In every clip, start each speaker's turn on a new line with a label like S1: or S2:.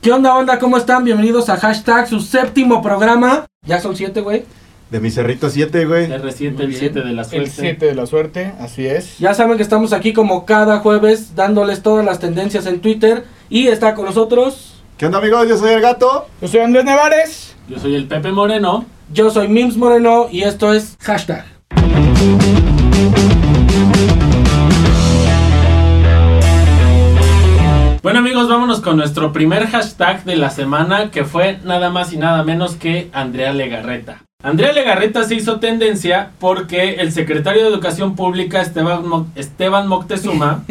S1: ¿Qué onda, onda? ¿Cómo están? Bienvenidos a Hashtag, su séptimo programa. Ya son siete, güey.
S2: De mi cerrito 7, güey.
S3: R7,
S1: Muy
S3: el
S1: bien.
S3: 7 de la
S4: El
S3: suerte.
S4: 7 de la suerte, así es.
S1: Ya saben que estamos aquí como cada jueves dándoles todas las tendencias en Twitter. Y está con nosotros,
S2: ¿Qué onda, amigos? Yo soy el gato.
S4: Yo soy Andrés Nevares.
S3: Yo soy el Pepe Moreno.
S1: yo soy Mims Moreno y esto es Hashtag.
S3: Bueno amigos, vámonos con nuestro primer hashtag de la semana que fue nada más y nada menos que Andrea Legarreta. Andrea Legarreta se hizo tendencia porque el secretario de Educación Pública Esteban, Mo- Esteban Moctezuma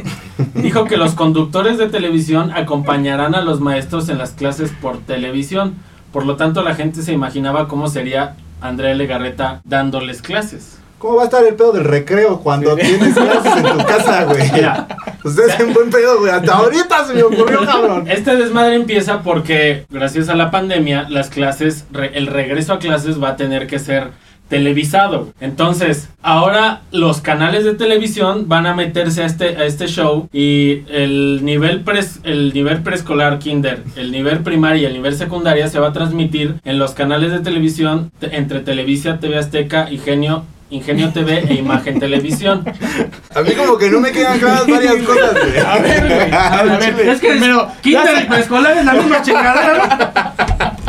S3: dijo que los conductores de televisión acompañarán a los maestros en las clases por televisión. Por lo tanto, la gente se imaginaba cómo sería Andrea Legarreta dándoles clases.
S2: ¿Cómo va a estar el pedo del recreo cuando tienes clases en tu casa, güey?
S3: Mira,
S2: Ustedes en buen pedo, güey. Hasta ahorita se me ocurrió, cabrón.
S3: Este desmadre empieza porque, gracias a la pandemia, las clases, re- el regreso a clases va a tener que ser televisado. Entonces, ahora los canales de televisión van a meterse a este, a este show y el nivel, pres- el nivel preescolar, kinder, el nivel primaria y el nivel secundaria se va a transmitir en los canales de televisión te- entre Televisa, TV Azteca y Genio. Ingenio TV e Imagen Televisión.
S2: A mí como que no me quedan claras varias cosas, güey.
S4: A ver, güey. A ver, a ver.
S1: Es que
S4: primero, ya
S1: Kinder
S4: sé-
S1: y preescolar es la misma chingadera.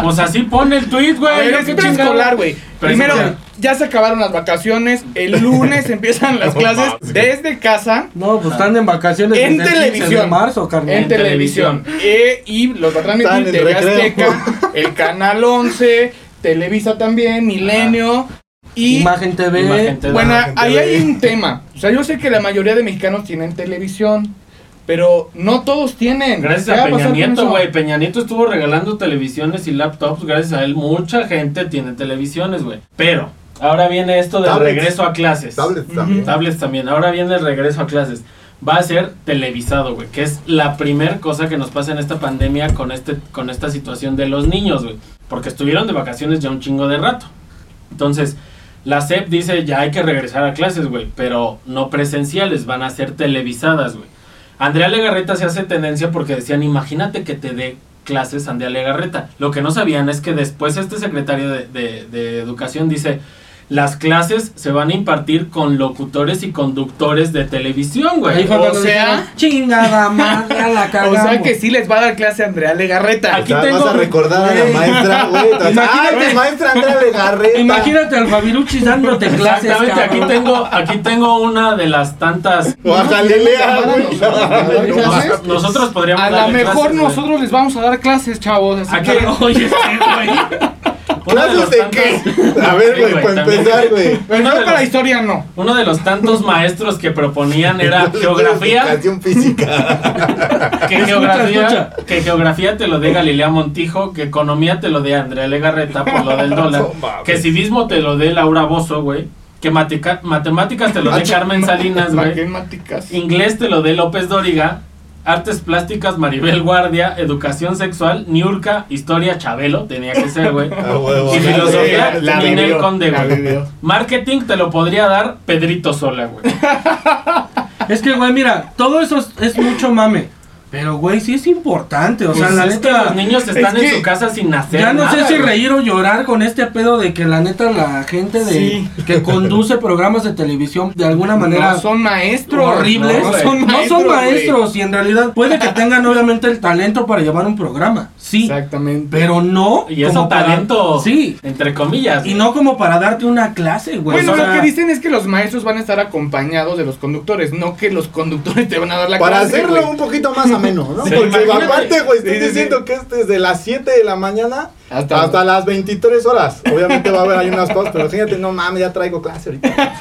S3: Pues así pone el tweet, güey.
S4: A ver,
S3: no
S4: es
S3: sé
S4: que
S3: chingado.
S4: preescolar, güey. Primero, ya se acabaron las vacaciones. El lunes empiezan las clases desde casa.
S1: No, pues están en vacaciones
S4: En
S1: desde el 15 de
S4: televisión.
S1: marzo, carnal.
S4: En televisión. Eh, y los va a
S2: Están en
S4: transmitir TV
S2: recreo.
S4: Azteca, el Canal 11, Televisa también, Milenio. Y
S1: Imagen TV.
S3: Imagen TV.
S4: Bueno,
S2: la gente
S4: ahí
S2: ve.
S4: hay un tema. O sea, yo sé que la mayoría de mexicanos tienen televisión, pero no todos tienen. ¿Qué
S3: Gracias a
S4: va pasar
S3: Peña
S4: con
S3: Nieto,
S4: eso?
S3: güey. Peña Nieto estuvo regalando televisiones y laptops. Gracias a él, mucha gente tiene televisiones, güey. Pero ahora viene esto del
S2: Tablets.
S3: regreso a clases.
S2: Tablets también.
S3: Tablets también. Ahora viene el regreso a clases. Va a ser televisado, güey. Que es la primer cosa que nos pasa en esta pandemia con, este, con esta situación de los niños, güey. Porque estuvieron de vacaciones ya un chingo de rato. Entonces, la SEP dice ya hay que regresar a clases, güey. Pero no presenciales, van a ser televisadas, güey. Andrea Legarreta se hace tendencia porque decían, imagínate que te dé clases Andrea Legarreta. Lo que no sabían es que después este secretario de, de- de Educación dice, las clases se van a impartir con locutores y conductores de televisión,
S1: Ahí
S3: güey.
S1: fue
S4: O
S1: cuando
S4: sea-
S1: dijeron, chingada madre, a la
S4: O
S1: cagamos.
S4: sea que sí les va a dar clase Andrea Legarreta.
S2: O
S3: Aquí-
S2: sea,
S3: tengo-
S2: vas a recordar a la maestra, güey. Entonces,
S1: Imagínate-
S2: Ay, mi maestra Andrea Legarreta.
S1: Imagínate al Fabiruchi dándote clases,
S3: Exactamente, aquí
S1: cabrón.
S3: tengo, aquí tengo una de las tantas...
S2: O a Galilea, güey.
S4: ¿Clases?
S3: Nos- Nosotros podríamos...
S4: A lo
S3: darle
S4: mejor
S3: clases, güey.
S4: nosotros les vamos a dar clases, chavos. así
S3: Aquí,
S4: que-
S3: oye, sí, güey. Uno de los
S2: ¿Clases de
S3: tantos-
S2: qué? A ver,
S3: Sí,
S2: güey, para
S3: también.
S2: empezar, güey.
S4: Pero
S3: Uno de
S4: no para
S3: los-
S4: historia, no.
S3: Uno de los tantos maestros que proponían era geografía.
S2: Educación física.
S3: Que
S1: Escucha,
S3: geografía,
S1: escucha.
S3: que geografía te lo dé Galilea Montijo, que economía te lo dé Andrea Legarreta por lo del dólar,
S2: No mames.
S3: que civismo te lo dé Laura Bozo, güey, que matica- matemáticas te lo dé
S2: Macho-
S3: Carmen Salinas, güey,
S4: Matemáticas.
S3: inglés te lo dé López Dóriga, artes plásticas Maribel Guardia, educación sexual Niurka, historia Chabelo, tenía que ser, güey,
S2: A huevo.
S3: y filosofía
S4: la- la
S3: Ninel
S4: vivió,
S3: Conde,
S4: la
S3: güey.
S4: vivió.
S3: Marketing te lo podría dar Pedrito Sola, güey.
S1: Es que, güey, mira, todo eso es, es mucho mame. Pero, güey, sí es importante. O sea,
S3: Pues
S1: la
S3: es que los
S1: neta.
S3: niños están
S4: es
S3: en
S4: que
S3: su casa sin hacer
S1: Ya no sé
S3: nada,
S1: si
S3: güey.
S1: reír o llorar con este pedo de que la neta la gente de
S4: Sí.
S1: que conduce programas de televisión de alguna manera
S4: No son maestros.
S1: horribles.
S3: no,
S1: No
S3: güey.
S1: son, maestros,
S4: güey.
S1: y en realidad puede que tengan obviamente el talento para llevar un programa. Sí.
S4: Exactamente.
S1: Pero no
S3: Y eso
S1: como para-
S3: talento.
S1: Sí.
S3: Entre comillas.
S1: Y no como para darte una clase, güey.
S4: Bueno,
S1: Pues, O sea,
S4: lo que dicen es que los maestros van a estar acompañados de los conductores, no que los conductores te van a dar la
S2: Para
S4: clase.
S2: hacerlo
S4: güey.
S2: un poquito más ameno, ¿no?
S3: Sí,
S2: Porque
S3: imagínate.
S2: aparte, güey, estoy
S4: Sí, sí, sí.
S2: diciendo que este es desde las 7 de la mañana hasta,
S4: Hasta-
S2: las 23 horas. Obviamente va a haber ahí unas pausas, pero fíjate, no mames, ya traigo clase ahorita.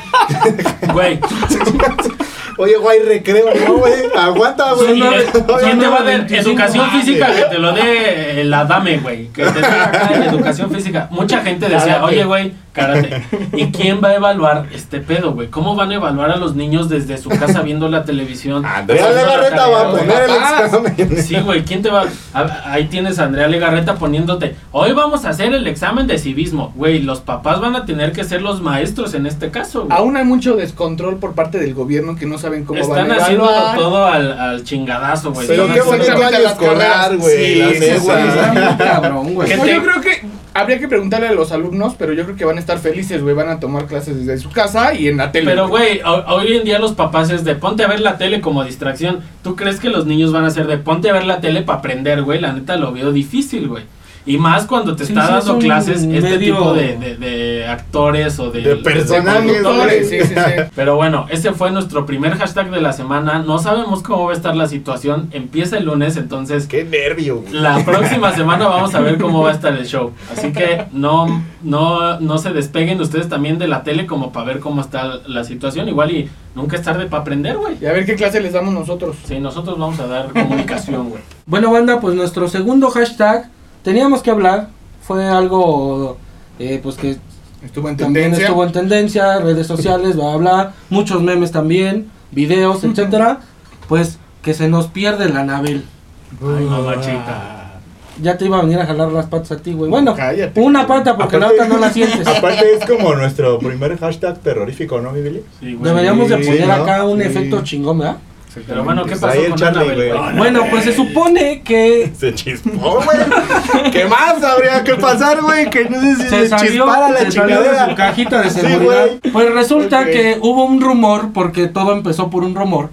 S3: Güey.
S2: Oye, güey, recreo, ¿no, güey? Aguanta, güey. eh,
S3: ¿Quién
S2: Oye,
S3: te
S2: no,
S3: va a dar
S1: 25?
S3: educación
S2: mames.
S3: física? Que te lo dé eh, la dame, güey. Que te dé acá en educación física. Mucha gente decía,
S4: Karate.
S3: oye, güey, karate. ¿Y quién va a evaluar este pedo, güey? ¿Cómo van a evaluar a los niños desde su casa viendo la televisión?
S4: Ah,
S2: Andrea
S3: Haciendo la
S2: Legarreta
S3: tarea,
S2: va a
S3: güey?
S2: poner el
S4: Papás.
S2: examen.
S3: Sí, güey, ¿quién te va? a- Ahí tienes a Andrea Legarreta poniéndote. Hoy vamos a hacer el examen de civismo. Güey, los papás van a tener que ser los maestros en este caso, güey.
S4: Aún hay mucho descontrol por parte del gobierno que no saben cómo van
S3: Están
S4: a
S3: haciéndolo
S4: evaluar.
S3: todo al, al chingadazo, güey.
S2: Pero
S3: Están
S2: qué
S3: haciendo-
S2: bonito
S4: exactamente
S2: año
S4: las
S2: escolar,
S4: carreras.
S2: güey.
S4: Sí,
S2: la
S4: sí,
S1: Sí,
S4: Ese,
S1: güey,
S2: neta.
S1: está muy cabrón, güey.
S3: ¿Qué
S4: Pues
S3: te-
S4: yo creo que habría que preguntarle a los alumnos, pero yo creo que van a estar felices, güey. Van a tomar clases desde su casa y en la tele.
S3: Pero, güey, ho- hoy en día los papás es de ponte a ver la tele como distracción. ¿Tú crees que los niños van a ser de ponte a ver la tele para aprender, güey? La neta lo veo difícil, güey. Y más cuando te
S1: Sí,
S3: está
S1: sí, es
S3: dando
S1: un
S3: clases este
S1: medio-
S3: tipo de, de- de actores o de,
S2: De personajes,
S3: conductores.
S4: Doctores, sí, sí, sí.
S3: Pero bueno, ese fue nuestro primer hashtag de la semana. No sabemos cómo va a estar la situación. Empieza el lunes, entonces
S2: Qué nervio, güey.
S3: la próxima semana vamos a ver cómo va a estar el show. Así que no, no, no se despeguen ustedes también de la tele como para ver cómo está la situación. Igual y nunca es tarde para aprender, güey.
S4: Y a ver qué clase les damos nosotros.
S3: Sí, nosotros vamos a dar comunicación, güey.
S1: Bueno, banda, pues nuestro segundo hashtag teníamos que hablar. Fue algo eh, pues que
S4: Estuvo en
S1: también
S4: tendencia.
S1: estuvo en tendencia, redes sociales, bla, bla, bla, muchos memes también, videos, etcétera. Pues que se nos pierde la Anabel.
S3: Ay, mamachita.
S1: Ya te iba a venir a jalar las patas a ti, güey. Bueno,
S4: Cállate,
S1: una
S4: güey.
S1: pata porque
S2: Aparte-
S1: la otra no la sientes.
S2: Aparte es como nuestro primer hashtag terrorífico, ¿no, mi Billy?
S3: Sí, güey.
S1: Deberíamos de
S2: Sí,
S1: poner
S2: ¿no?
S1: acá un
S4: Sí.
S1: efecto chingón, ¿verdad?
S3: Pero bueno, ¿qué
S2: Ahí
S3: pasó
S2: el
S3: con
S2: Charlie,
S3: Annabelle,
S2: güey.
S3: güey?
S1: Bueno, pues se supone que
S2: Se chispó, güey. ¿Qué más habría que pasar, güey? Que no sé si
S1: se
S2: se,
S1: salió,
S2: chispara la
S1: se salió de su
S2: chingadera.
S1: cajita de
S2: Sí,
S1: seguridad.
S2: güey.
S1: pues resulta
S2: Ok.
S1: que hubo un rumor, porque todo empezó por un rumor,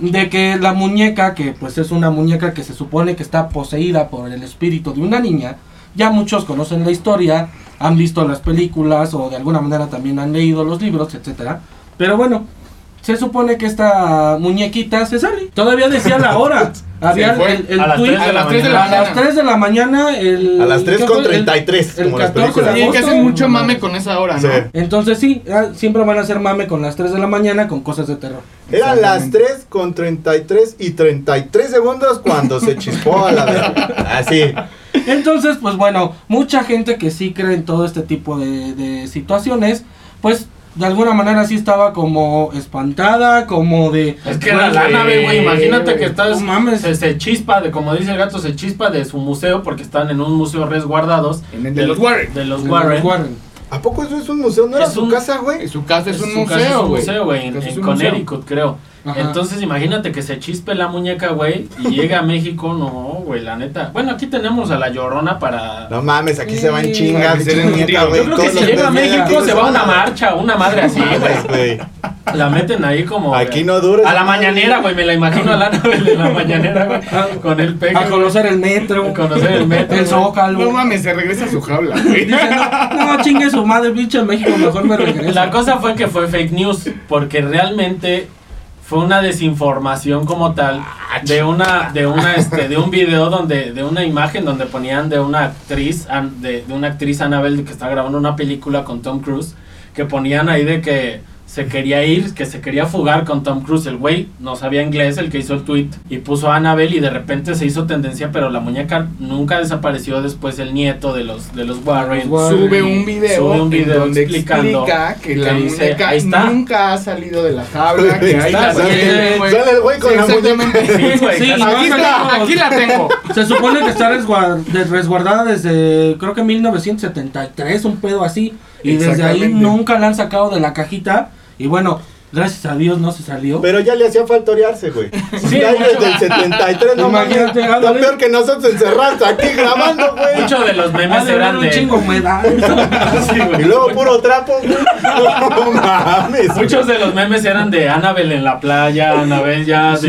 S1: de que la muñeca, que pues es una muñeca que se supone que está poseída por el espíritu de una niña, ya muchos conocen la historia, han visto las películas o de alguna manera también han leído los libros, etcétera. Pero bueno, se supone que esta muñequita se sale. Todavía decía la hora. Había
S4: fue
S1: el, el
S3: a las
S1: tuit-
S3: tres de
S1: a
S3: la
S1: las 3 de la
S4: mañana.
S1: mañana. el-
S2: A las
S1: ¿qué
S2: 3
S1: fue?
S2: con
S1: El-
S2: 33,
S1: el
S2: como las
S1: 14 de
S2: películas.
S4: Sí, que hacen mucho
S1: No,
S4: mame
S1: no.
S4: con esa hora, ¿no?
S2: Sí.
S1: Entonces sí, ah, siempre van a hacer mame con las 3 de la mañana con cosas de terror.
S2: Eran las 3 con 33 y 33 segundos cuando se chispó a la verga. Ah, Así.
S1: Entonces, pues bueno, mucha gente que sí cree en todo este tipo de, de situaciones, pues de alguna manera sí estaba como espantada, como de...
S3: Es que era la
S4: Güey,
S3: nave, güey. Imagínate que estás. este,
S1: No mames.
S3: Se, se chispa, de, como dice el gato, se chispa de su museo porque están en un museo resguardados.
S4: En el de los Warren.
S3: De los
S1: de los
S3: Warren.
S1: Warren.
S2: ¿A poco eso es un museo? ¿No era
S3: Es
S2: su
S3: un-
S2: casa, güey?
S4: Su casa es,
S3: Es
S4: un
S3: su casa, es
S4: museo,
S3: un
S4: güey.
S3: museo, güey. En,
S4: Casa es
S3: en
S4: un museo.
S3: Connecticut, creo.
S1: Ajá.
S3: Entonces, imagínate que se chispe la muñeca, güey, y llega a México. No, güey, la neta. Bueno, aquí tenemos a la llorona para.
S2: No mames, aquí se van
S1: Sí,
S2: chingas.
S1: güey,
S2: tienen nieta, güey.
S3: Yo creo que
S2: Todos
S3: si
S2: los
S3: llega a
S2: días llegan,
S3: México se va a
S2: todos
S3: una
S2: los-
S3: marcha, una madre así, güey.
S2: Mames, güey.
S3: La meten ahí como.
S2: Aquí no dura.
S3: A la mañanera, güey. Me la imagino a la Anabel de la mañanera,
S4: Ah.
S3: güey. Con el pegue.
S1: A conocer el metro,
S3: A conocer el metro,
S1: el
S3: güey.
S1: zócalo.
S4: No mames, se regresa a su jaula, güey.
S1: Dice, no, no, chingue su madre, pinche México, mejor me regreso.
S3: La cosa fue que fue fake news, porque realmente fue una desinformación como tal de una de una este de un video donde de una imagen donde ponían de una actriz an- de, de una actriz Annabelle que está grabando una película con Tom Cruise que ponían ahí de que se quería ir, que se quería fugar con Tom Cruise. El güey no sabía inglés, el que hizo el tweet. Y puso a Annabelle y de repente se hizo tendencia, pero la muñeca nunca desapareció. Después el nieto de los, de los Warren.
S1: Los Warren.
S4: Sube un video,
S3: Sube un video
S4: en donde
S3: explicando
S4: explica que
S3: que
S4: la
S3: dice,
S4: muñeca
S3: ahí está.
S4: nunca ha salido de la jaula. Que ahí
S3: Está,
S4: la
S3: sale-
S4: tienen, güey.
S2: sale el güey con
S4: Sí,
S2: la
S4: exactamente.
S3: Sí, güey,
S1: Sí,
S3: casi-
S1: no,
S4: Aquí está, aquí la tengo.
S1: Se supone que está resguar- de- resguardada desde, creo que 1973, un pedo así. Y desde ahí
S4: Exactamente.
S1: nunca la han sacado de la cajita. Y bueno, gracias a Dios no se salió.
S2: Pero ya le hacía falta orearse, güey.
S3: Sí,
S2: Ya
S3: mucho.
S2: desde el 73, no mames.
S1: Imagínate,
S2: Está
S1: ándale.
S2: peor que nosotros encerrados aquí grabando, güey.
S3: Muchos de los memes
S1: Hace ver
S3: eran
S1: un
S3: de.
S1: chingo humedad.
S3: Sí, güey.
S2: Y luego puro trapo, güey. No mames. güey.
S3: Muchos de los memes eran de Annabel en la playa, Annabel ya
S1: Sí,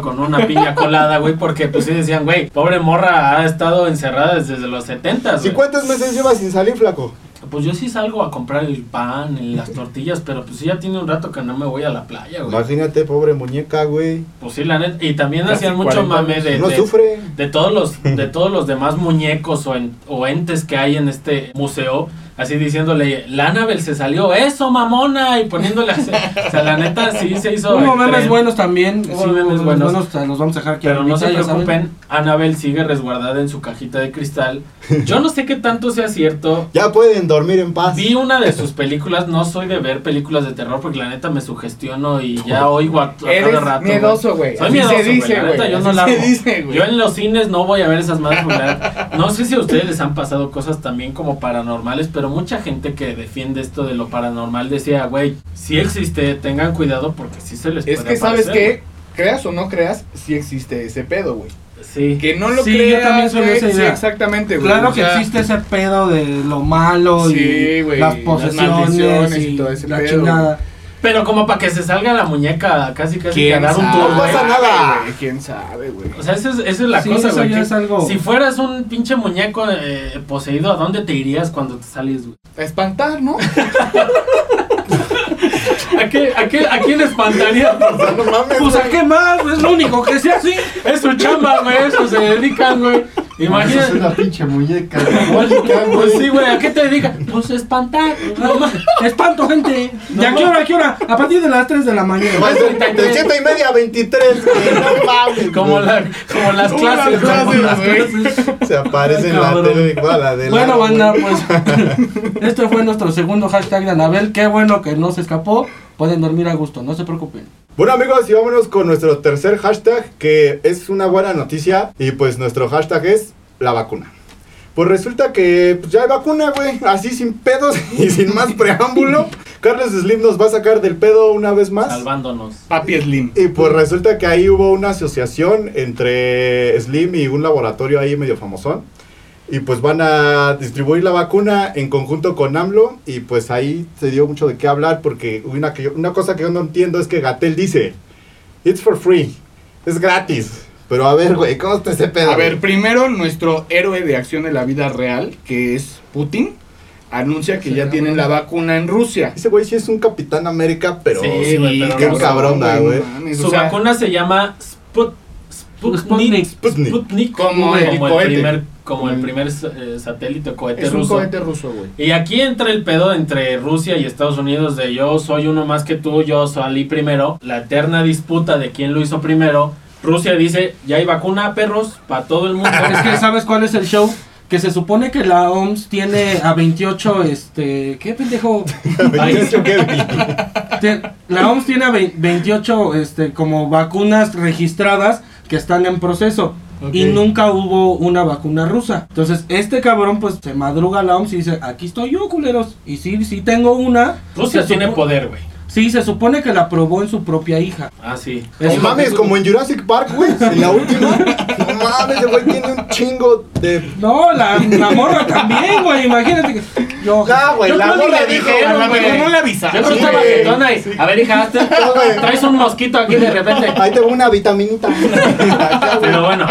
S1: güey.
S3: con una piña colada, güey, porque pues sí decían, güey, pobre morra ha estado encerrada desde los 70.
S2: ¿Sí, ¿Cuántos meses llevas sin salir, flaco?
S3: Pues yo sí salgo a comprar el pan y las tortillas, pero pues sí ya tiene un rato que no me voy a la playa, güey.
S2: Imagínate, pobre muñeca, güey.
S3: Pues sí, la neta. Y también
S4: Casi
S3: hacían mucho
S4: 40
S3: mame de,
S2: No
S3: de-
S2: sufre.
S3: de todos los de todos los demás muñecos o, en- o entes que hay en este museo. Así diciéndole, la Annabel se salió, eso mamona, y poniéndole así. O sea, la neta sí se hizo.
S1: Hubo
S3: el
S1: memes
S3: tren.
S1: buenos también. Sí,
S3: Hubo
S1: hubo
S3: memes
S1: memes
S3: buenos.
S1: buenos, te los vamos a dejar aquí.
S3: Pero no
S1: ahorita,
S3: se
S1: ya saben.
S3: preocupen, Annabel sigue resguardada en su cajita de cristal. Yo no sé qué tanto sea cierto.
S2: Ya pueden dormir en paz.
S3: Vi una de sus películas, no soy de ver películas de terror porque la neta me sugestiono y ya oigo a, a cada
S4: Eres
S3: rato. güey.
S4: miedoso, güey.
S3: Soy
S4: Así
S3: miedoso,
S4: se
S3: güey,
S4: dice,
S3: la neta,
S4: güey.
S3: yo no
S4: Así
S3: la
S4: se
S3: hago.
S4: dice, güey.
S3: Yo en los cines no voy a ver esas madres porque la- No sé si a ustedes les han pasado cosas también como paranormales, pero pero mucha gente que defiende esto de lo paranormal decía, güey, si existe, tengan cuidado porque sí se les
S4: Es
S3: puede
S4: que, ¿sabes
S3: aparecer,
S4: qué? Creas o no creas, sí existe ese pedo, güey.
S3: güey". Sí.
S4: Que no lo
S1: Sí, yo
S4: creas,
S1: también soy de
S4: güey,
S1: esa
S4: sí,
S1: idea.
S4: exactamente, güey.
S1: Claro
S4: O
S1: que
S4: sea,
S1: existe ese pedo de lo malo
S4: Sí,
S1: y
S4: güey,
S1: las
S4: las
S1: posesiones
S4: maldiciones
S1: y,
S4: y todo ese
S1: la
S4: pedo,
S1: chingada.
S3: Pero como para que se salga la muñeca casi casi que a
S4: ¿Quién
S3: dar un
S4: sabe,
S3: tour,
S2: No pasa
S3: güey.
S2: nada.
S4: güey? ¿Quién sabe, güey?
S3: O sea, esa es, esa es la
S1: Sí,
S3: cosa,
S1: eso
S3: güey.
S1: ya
S3: que
S1: es algo-
S3: Si fueras un pinche muñeco eh, poseído, ¿a dónde te irías cuando te sales, güey?
S4: A espantar, ¿no?
S3: ¿A, qué, a, qué- a quién espantaría?
S2: O sea, no mames.
S1: Pues a qué más, es lo único que sea así.
S3: Es su chamba, güey, eso se dedican, güey.
S5: Imagínate. Es
S3: Imagínate.
S5: una pinche muñeca.
S3: Pues sí, güey, ¿a qué te dedicas? Pues espantar. No más.
S1: Espanto, gente.
S3: No,
S1: ¿De a qué
S3: no.
S1: hora, a qué hora? A partir de las 3 de la mañana.
S2: Más de, de siete y media a 23, güey, no mames.
S3: Como, la, como las
S4: Como
S3: clases.
S4: las
S3: güey.
S4: clases, güey.
S2: Se aparece en la
S1: Cabrón.
S2: tele igual, la de
S1: Bueno,
S2: la-
S1: banda, pues este fue nuestro segundo hashtag de Anabel. Qué bueno que no se escapó. Pueden dormir a gusto, no se preocupen.
S2: Bueno amigos, y vámonos con nuestro tercer hashtag, que es una buena noticia, y pues nuestro hashtag es la vacuna. Pues resulta que pues, ya hay vacuna, güey, así sin pedos y sin más preámbulo. Carlos Slim nos va a sacar del pedo una vez más.
S3: Salvándonos.
S4: Papi Slim.
S2: Y pues resulta que ahí hubo una asociación entre Slim y un laboratorio ahí medio famosón. Y pues van a distribuir la vacuna en conjunto con AMLO. Y pues ahí se dio mucho de qué hablar porque una, que yo- una cosa que yo no entiendo es que Gatel dice, it's for free, es gratis. Pero a ver, güey, ¿cómo está ese pedo?
S4: A ver,
S2: güey?
S4: primero nuestro héroe de acción de la vida real, que es Putin, anuncia que
S1: Sí,
S4: ya
S1: cabrón.
S4: tienen la vacuna en Rusia.
S2: Ese güey sí es un Capitán América, pero...
S3: Sí, güey, pero
S2: qué
S3: no,
S2: cabrón,
S4: no
S2: güey.
S4: mames,
S3: Su
S4: o sea,
S3: vacuna se llama Sput, Sputnik.
S1: Sputnik.
S2: Sputnik.
S3: Sputnik,
S4: Como
S3: güey,
S4: el
S3: como
S4: cohete.
S3: el primer, como el
S4: Como
S3: primer eh, satélite o cohete
S4: Es un
S3: ruso.
S4: cohete ruso, güey.
S3: Y aquí entra el pedo entre Rusia y Estados Unidos de yo soy uno más que tú, yo salí primero. La eterna disputa de quién lo hizo primero. Rusia dice, ya hay vacuna, perros, para todo el mundo.
S1: Es que sabes cuál es el show que se supone que la OMS tiene a 28 este, qué pendejo.
S3: Ay.
S2: Eso que vi.
S1: Te- La OMS tiene a ve- 28 este como vacunas registradas que están en proceso. Y nunca hubo una vacuna rusa. Entonces, este cabrón, pues, se madruga a la OMS y dice, aquí estoy yo, culeros. Y sí, sí tengo una.
S3: Rusia
S1: Se
S3: tiene
S1: supo-
S3: poder, güey.
S1: Sí, se supone que la probó en su propia hija.
S3: Ah, sí.
S1: Es
S2: No
S1: lo
S2: mames,
S1: que-
S2: como en Jurassic Park, güey, en la última. No mames, ese güey tiene un chingo de
S1: No, la, la morra también, güey. Imagínate que. Yo.
S2: No, güey,
S3: Yo
S2: la
S3: creo que
S2: morra
S3: le
S2: dijo.
S3: dijeron,
S2: a la
S3: güey.
S2: morra, no
S4: no la
S2: la-
S3: Yo
S4: avisaste.
S3: creo que
S2: Sí,
S3: estaba
S2: güey.
S3: jetona y, a ver, hija, hazte-
S2: güey.
S3: traes un mosquito aquí de repente.
S2: Ahí te va una vitaminita.
S3: Pero bueno,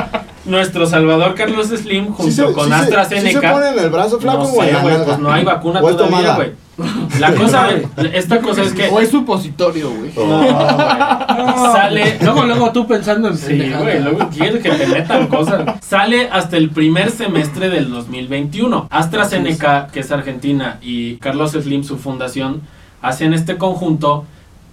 S3: nuestro Salvador Carlos Slim junto
S2: Sí se-
S3: con
S2: sí se-
S3: AstraZeneca.
S2: sí se pone en el brazo flaco,
S3: no sé,
S2: güey, la
S3: güey,
S2: nalga.
S3: pues no hay vacuna
S2: O es
S3: todavía,
S2: tomada.
S3: güey. La cosa, esta cosa es que
S4: O es supositorio, güey.
S3: No, güey.
S1: No.
S3: Sale-
S1: Luego, luego tú pensando en.
S3: Pues Sí,
S1: pendejadas.
S3: güey, luego quieres que te metan cosas. Sale hasta el primer semestre del 2021. AstraZeneca, que es argentina, y Carlos Slim, su fundación, hacen este conjunto.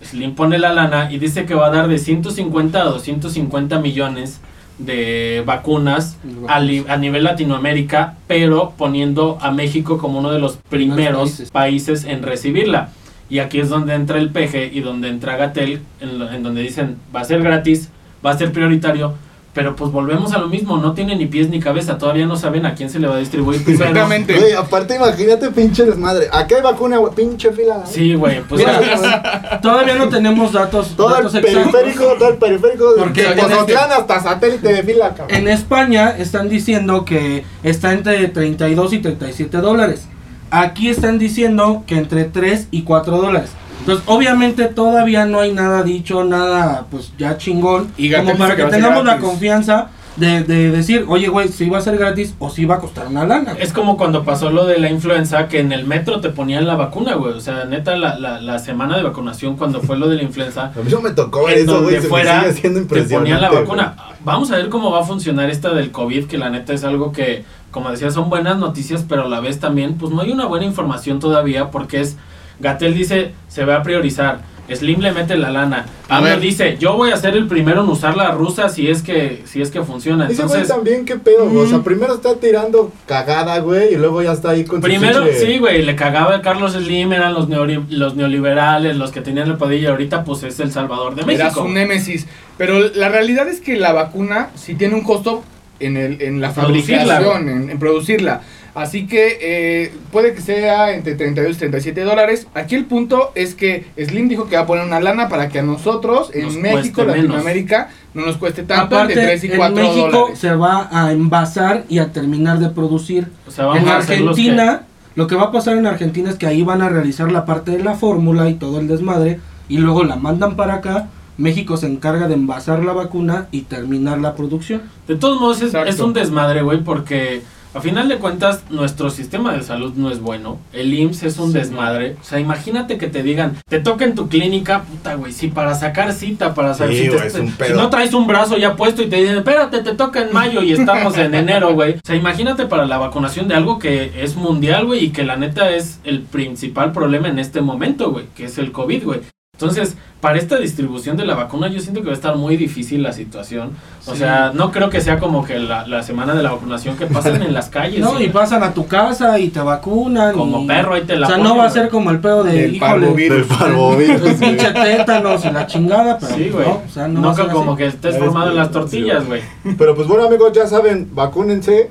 S3: Slim pone la lana y dice que va a dar de 150 a 250 millones de vacunas a, li- a nivel Latinoamérica, pero poniendo a México como uno de los primeros
S1: países.
S3: países en recibirla. Y aquí es donde entra el peje y donde entra Gatel, en, lo- en donde dicen va a ser gratis, va a ser prioritario, pero pues volvemos a lo mismo, no tiene ni pies ni cabeza, todavía no saben a quién se le va a distribuir primero.
S4: Exactamente.
S2: Güey, aparte, imagínate, pinche desmadre. Aquí hay vacuna, güey, pinche fila.
S3: Sí, güey, pues
S1: Mira,
S3: ahora-
S1: Todavía no tenemos datos.
S2: Todo el
S1: datos exactos.
S2: periférico, todo el periférico.
S1: Porque
S2: de
S1: en este-
S2: Pozotlán hasta satélite de fila, cabrón.
S1: En España están diciendo que está entre 32 y 37 dólares. Aquí están diciendo que entre 3 y 4 dólares. Entonces, obviamente todavía no hay nada dicho, nada pues ya chingón.
S4: Y Gatel
S1: como
S4: dice
S1: para
S4: que
S1: que,
S4: va a ser
S1: tengamos la
S4: gratis.
S1: confianza de, de decir, oye güey, si va a ser gratis o si va a costar una lana.
S3: Es como cuando pasó lo de la influenza, que en el metro te ponían la vacuna, güey. O sea, neta, la, la, la semana de vacunación, cuando fue lo de la influenza,
S2: A mí no me tocó ver
S3: en
S2: eso,
S3: donde
S2: güey. Se me
S3: fuera,
S2: sigue haciendo
S3: te
S2: impresionante.
S3: ponían la
S2: güey.
S3: vacuna. Vamos a ver cómo va a funcionar esta del COVID, que la neta es algo que, como decía, son buenas noticias, pero a la vez también, pues no hay una buena información todavía, porque es, Gatel dice, se va a priorizar. Slim le mete la lana.
S4: A
S3: AMLO
S4: ver.
S3: dice, yo voy a ser el primero en usar la rusa si es que, si es que funciona.
S2: Ese güey
S3: Entonces, mm.
S2: también, qué pedo, güey. O sea, primero está tirando cagada, güey, y luego ya está ahí con su
S3: Primero,
S2: pinche-
S3: sí, güey, le cagaba el Carlos Slim, eran los, neori- los neoliberales, los que tenían el poder y ahorita pues es el salvador de
S4: Era
S3: México.
S4: su némesis. Pero la realidad es que la vacuna sí tiene un costo en, el, en la
S3: Producirla,
S4: fabricación, en, en producirla. Así que eh, puede que sea entre 32 y 37 dólares. Aquí el punto es que Slim dijo que va a poner una lana para que a nosotros en
S3: Nos
S4: México,
S3: cueste menos.
S4: Latinoamérica, no nos cueste tanto
S1: Aparte,
S4: entre 3 y 4
S1: en México
S4: dólares.
S1: se va a envasar y a terminar de producir.
S3: O sea, vamos
S1: en
S3: a hacer los que-
S1: Argentina, lo que va a pasar en Argentina es que ahí van a realizar la parte de la fórmula y todo el desmadre, y luego la mandan para acá. México se encarga de envasar la vacuna y terminar la producción.
S3: De todos modos, es,
S4: Exacto.
S3: es un desmadre, güey, porque a final de cuentas, nuestro sistema de salud no es bueno. El IMSS es un
S4: Sí.
S3: desmadre. O sea, imagínate que te digan, te toca en tu clínica, puta, güey, si para sacar cita, para sacar
S2: Sí,
S3: si, te-
S2: güey, es un
S3: si
S2: pedo.
S3: no traes un brazo ya puesto y te dicen, espérate, te toca en mayo y estamos en enero, güey. O sea, imagínate para la vacunación de algo que es mundial, güey, y que la neta es el principal problema en este momento, güey, que es el COVID, güey. Entonces, para esta distribución de la vacuna, yo siento que va a estar muy difícil la situación. O
S4: Sí.
S3: sea, no creo que sea como que la, la semana de la vacunación que pasan en las calles.
S1: No, y pasan a tu casa y te vacunan.
S3: Como
S1: y-
S3: perro ahí te la
S1: O sea, no
S3: ponen,
S1: va a
S3: güey.
S1: ser como el pedo de.
S4: Del
S1: híjole,
S4: parvovirus.
S2: Del
S1: el
S2: parvovirus. güey.
S1: pinche tétanos y la chingada, pero.
S3: Sí, güey.
S1: No, o sea, no,
S3: no
S1: va a ser
S3: que- como
S1: así.
S3: que estés
S2: Ya
S3: formado en las
S2: después,
S3: tortillas, güey.
S2: Pero pues bueno, amigos, ya saben, vacúnense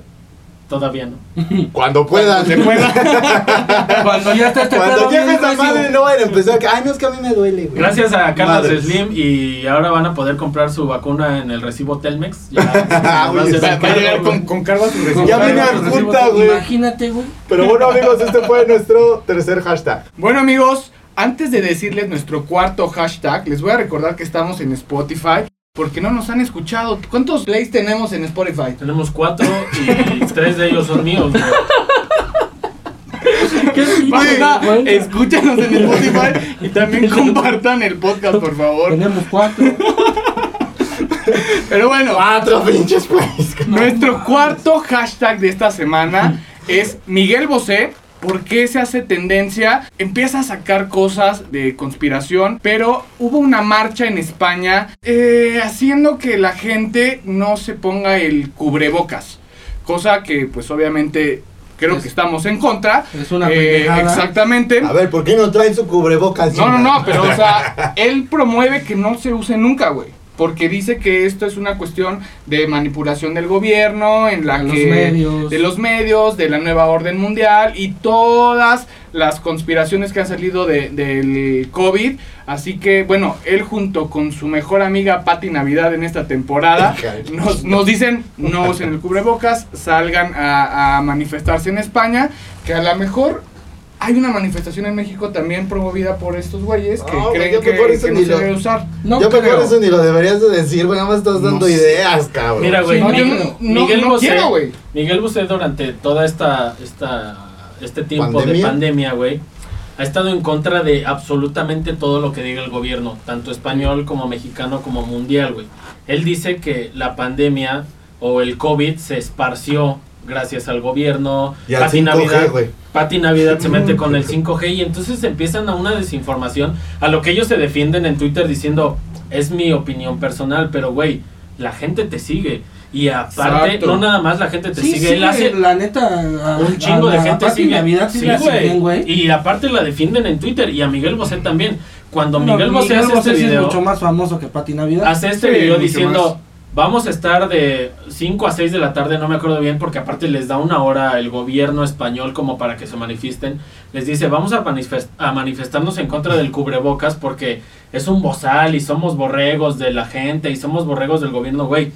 S3: Todavía no.
S2: cuando puedan.
S1: Cuando ya está este
S2: Cuando
S1: pedo bien
S2: llegue esa
S1: recio,
S2: madre no van a empezar. que, Ay, no, es que a mí me duele, güey.
S3: Gracias a Carlos
S2: Madres.
S3: Slim y ahora van a poder comprar su vacuna en el recibo Telmex. Ya,
S2: Ah,
S3: van a
S2: oye,
S3: hacer
S4: Va,
S3: el
S4: va a llegar
S3: cargo,
S4: con,
S3: güey.
S4: con cargo a su
S1: pues, con
S4: recibo.
S2: Ya
S1: perro,
S2: vine
S1: recibo-
S2: arjunta, güey.
S1: Imagínate, güey.
S2: Pero bueno, amigos, este fue nuestro tercer hashtag.
S4: Bueno amigos, antes de decirles nuestro cuarto hashtag, les voy a recordar que estamos en Spotify porque no nos han escuchado. ¿Cuántos plays tenemos en Spotify?
S3: Tenemos cuatro y tres de ellos son míos, güey.
S1: ¿Qué
S4: Banda,
S1: chingada, güey?
S4: escúchanos en Spotify y también compartan el podcast, por favor.
S1: Tenemos cuatro.
S4: Pero bueno,
S2: Cuatro pinches plays.
S4: nuestro cuarto hashtag de esta semana es Miguel Bosé. ¿Por qué se hace tendencia? Empieza a sacar cosas de conspiración, pero hubo una marcha en España eh, haciendo que la gente no se ponga el cubrebocas. Cosa que pues obviamente creo
S1: Es-
S4: que estamos en contra.
S1: es una
S4: Eh,
S1: pendejada.
S4: Exactamente.
S2: A ver, ¿por qué no traen su cubrebocas?
S4: No, no, no, pero o sea, él promueve que no se use nunca, güey. Porque dice que esto es una cuestión de manipulación del gobierno, en la
S1: De los
S4: que.
S1: medios.
S4: De los medios, de la nueva orden mundial y todas las conspiraciones que han salido de- del COVID. Así que, bueno, él junto con su mejor amiga Patti Navidad en esta temporada
S2: Hija de
S4: nos, nos dicen: no usen el cubrebocas, salgan a, a manifestarse en España. Que a lo mejor hay una manifestación en México también promovida por estos güeyes que
S2: No, güey,
S4: creen
S2: yo
S4: que,
S2: mejor eso
S4: que no
S2: ni
S4: se
S2: lo-
S4: debe usar.
S1: No
S2: Yo
S1: creo.
S2: mejor eso ni lo deberías de decir, güey. Nada más estás dando
S4: No sé.
S2: ideas, cabrón.
S3: Mira, güey,
S1: No,
S3: Miguel,
S1: yo no-
S4: no-
S3: Miguel
S4: no
S3: Bosé,
S4: quiero, güey.
S3: Miguel Bosé durante toda esta, esta este tiempo de
S2: ¿Pandemia?
S3: pandemia, güey, ha estado en contra de absolutamente todo lo que diga el gobierno, tanto español como mexicano como mundial, güey. Él dice que la pandemia o el COVID se esparció gracias al gobierno.
S2: Y al
S3: Pati
S2: 5G,
S3: Navidad-
S2: güey.
S3: Pati Navidad se mete con el 5G y entonces empiezan a una desinformación a lo que ellos se defienden en Twitter diciendo es mi opinión personal, pero güey, la gente te sigue y aparte
S4: Exacto.
S3: no nada más la gente te
S1: Sí,
S3: sigue,
S1: sí,
S3: él hace
S1: la neta. a-
S3: un chingo
S1: a
S3: de
S1: la
S3: gente
S1: Pati
S3: sigue.
S1: Navidad sí,
S3: Sí,
S1: la
S3: güey.
S1: siguen, güey.
S3: Y aparte la defienden en Twitter y a Miguel Bosé también. Cuando
S1: No,
S3: Miguel Bosé hace este
S1: sí es
S3: video,
S1: mucho más famoso que Pati Navidad.
S3: hace este
S4: Sí,
S3: video
S4: mucho
S3: diciendo vamos a estar de 5 a 6 de la tarde, no me acuerdo bien, porque aparte les da una hora el gobierno español como para que se manifiesten. Les dice vamos a, manifest- a manifestarnos en contra del cubrebocas porque es un bozal y somos borregos de la gente y somos borregos del gobierno, güey.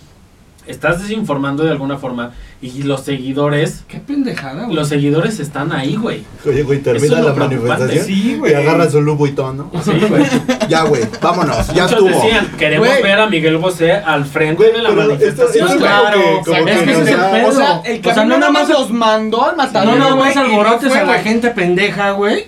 S3: Estás desinformando de alguna forma y los seguidores,
S1: Qué pendejada, güey.
S3: los seguidores están ahí, güey.
S2: Oye, güey,
S3: Eso
S2: termina
S3: es lo
S2: la
S3: preocupante,
S2: manifestación.
S4: Sí,
S2: Y agarra su Louis Vuitton, ¿no?
S3: Sí, güey.
S2: Ya, güey, vámonos, ya
S3: Muchos
S2: estuvo.
S3: decían, queremos
S4: Güey.
S3: ver a Miguel Bosé al frente
S2: Güey,
S3: de la
S2: pero esto-
S3: manifestación.
S2: esto es
S3: claro.
S2: como que- como
S4: Es que
S1: que
S4: ese es el
S1: no,
S4: pedo.
S1: o
S4: O
S1: sea,
S4: sea,
S1: el
S4: el
S1: camino
S4: no nada
S1: nada
S4: más
S1: más-
S4: los mandó al matadero.
S1: No, no, más
S4: güey, y
S1: alborotes
S4: fue,
S1: a la
S4: güey.
S1: gente pendeja, güey.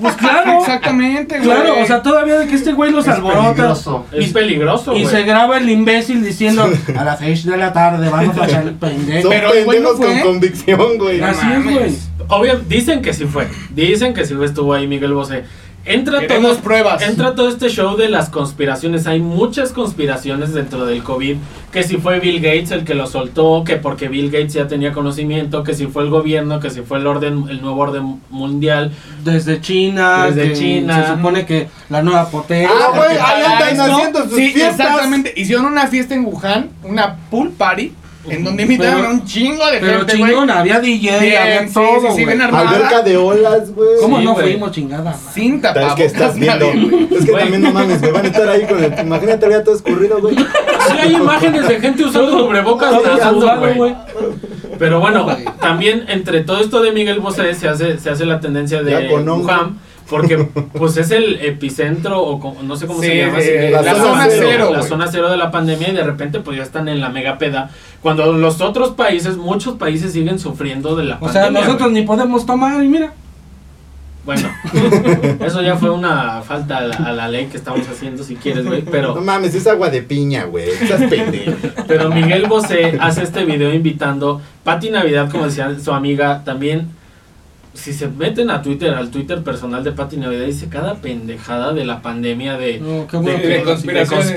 S1: Pues claro.
S4: Exactamente, güey.
S1: Claro, o sea, todavía de que este güey los
S2: Es
S1: alborota.
S2: peligroso.
S3: Es
S1: Y-
S3: peligroso,
S1: Y
S3: güey.
S1: se graba el imbécil diciendo a las 6 de la tarde vamos a echar el pendejo.
S2: Son
S4: Pero el güey no
S2: pendejos con
S4: fue.
S2: convicción, güey.
S4: Ah,
S1: Así es, güey.
S4: mames.
S3: Obvio, dicen que sí fue. Dicen que sí estuvo ahí Miguel Bosé. Entra
S4: Queremos
S3: todo,
S4: pruebas.
S3: entra todo este show de las conspiraciones. Hay muchas conspiraciones dentro del COVID. Que si fue Bill Gates el que lo soltó, que porque Bill Gates ya tenía conocimiento, que si fue el gobierno, que si fue el orden, el nuevo orden mundial.
S1: Desde China.
S3: Desde
S1: que
S3: China.
S1: Se supone que la nueva potencia.
S2: Ah, güey,
S1: que-
S2: ahí
S4: Para
S2: andan
S4: esto,
S2: haciendo sus
S4: sí,
S2: fiestas.
S4: exactamente. Hicieron una fiesta en Wuhan, una pool party, en donde invitaron
S1: Pero-
S4: a un chingo de
S1: Pero
S4: gente, güey.
S1: chingón, había DJ,
S4: Bien,
S1: había
S4: sí,
S1: todo,
S4: sí, sí,
S1: güey.
S4: bien armado.
S2: Alberca de olas, güey.
S1: ¿Cómo
S3: Sí,
S1: no
S3: güey.
S1: fuimos chingada? madre?
S4: Sin tapabocas.
S2: Es que estás viendo.
S4: nadie, güey.
S2: Es que
S3: Güey.
S2: también no mames, güey. Van a estar ahí con el. Imagínate, había todo escurrido, güey.
S3: Sí hay imágenes de gente usando cubrebocas
S1: Todo
S3: y
S1: el
S3: danzando,
S1: juzgado,
S3: güey.
S1: güey.
S3: Pero bueno,
S1: Güey.
S3: también entre todo esto de Miguel Bosé se hace, se hace la tendencia de
S2: Ya con hongo.
S3: Wuhan, porque pues es el epicentro o co- no sé cómo
S4: Sí,
S3: se llama.
S4: de-
S3: así,
S2: eh, la zona cero,
S3: la
S4: güey.
S3: zona cero de la pandemia y de repente pues ya están en la mega peda. Cuando los otros países, muchos países siguen sufriendo de la
S1: O
S3: pandemia.
S1: sea, nosotros ni
S3: güey.
S1: podemos tomar y mira.
S3: Bueno, eso ya fue una falta a la, a la ley que estamos haciendo si quieres, güey, pero...
S2: No mames, es agua de piña, güey. Estás pendejo.
S3: Pero Miguel Bosé hace este video invitando Pati Navidad, como decía su amiga, también. Si se meten a Twitter, al Twitter personal de Pati Navidad, dice cada pendejada de la pandemia de,
S1: No, qué
S3: de,
S1: bueno
S3: que-
S1: que-
S3: de conspiraciones. de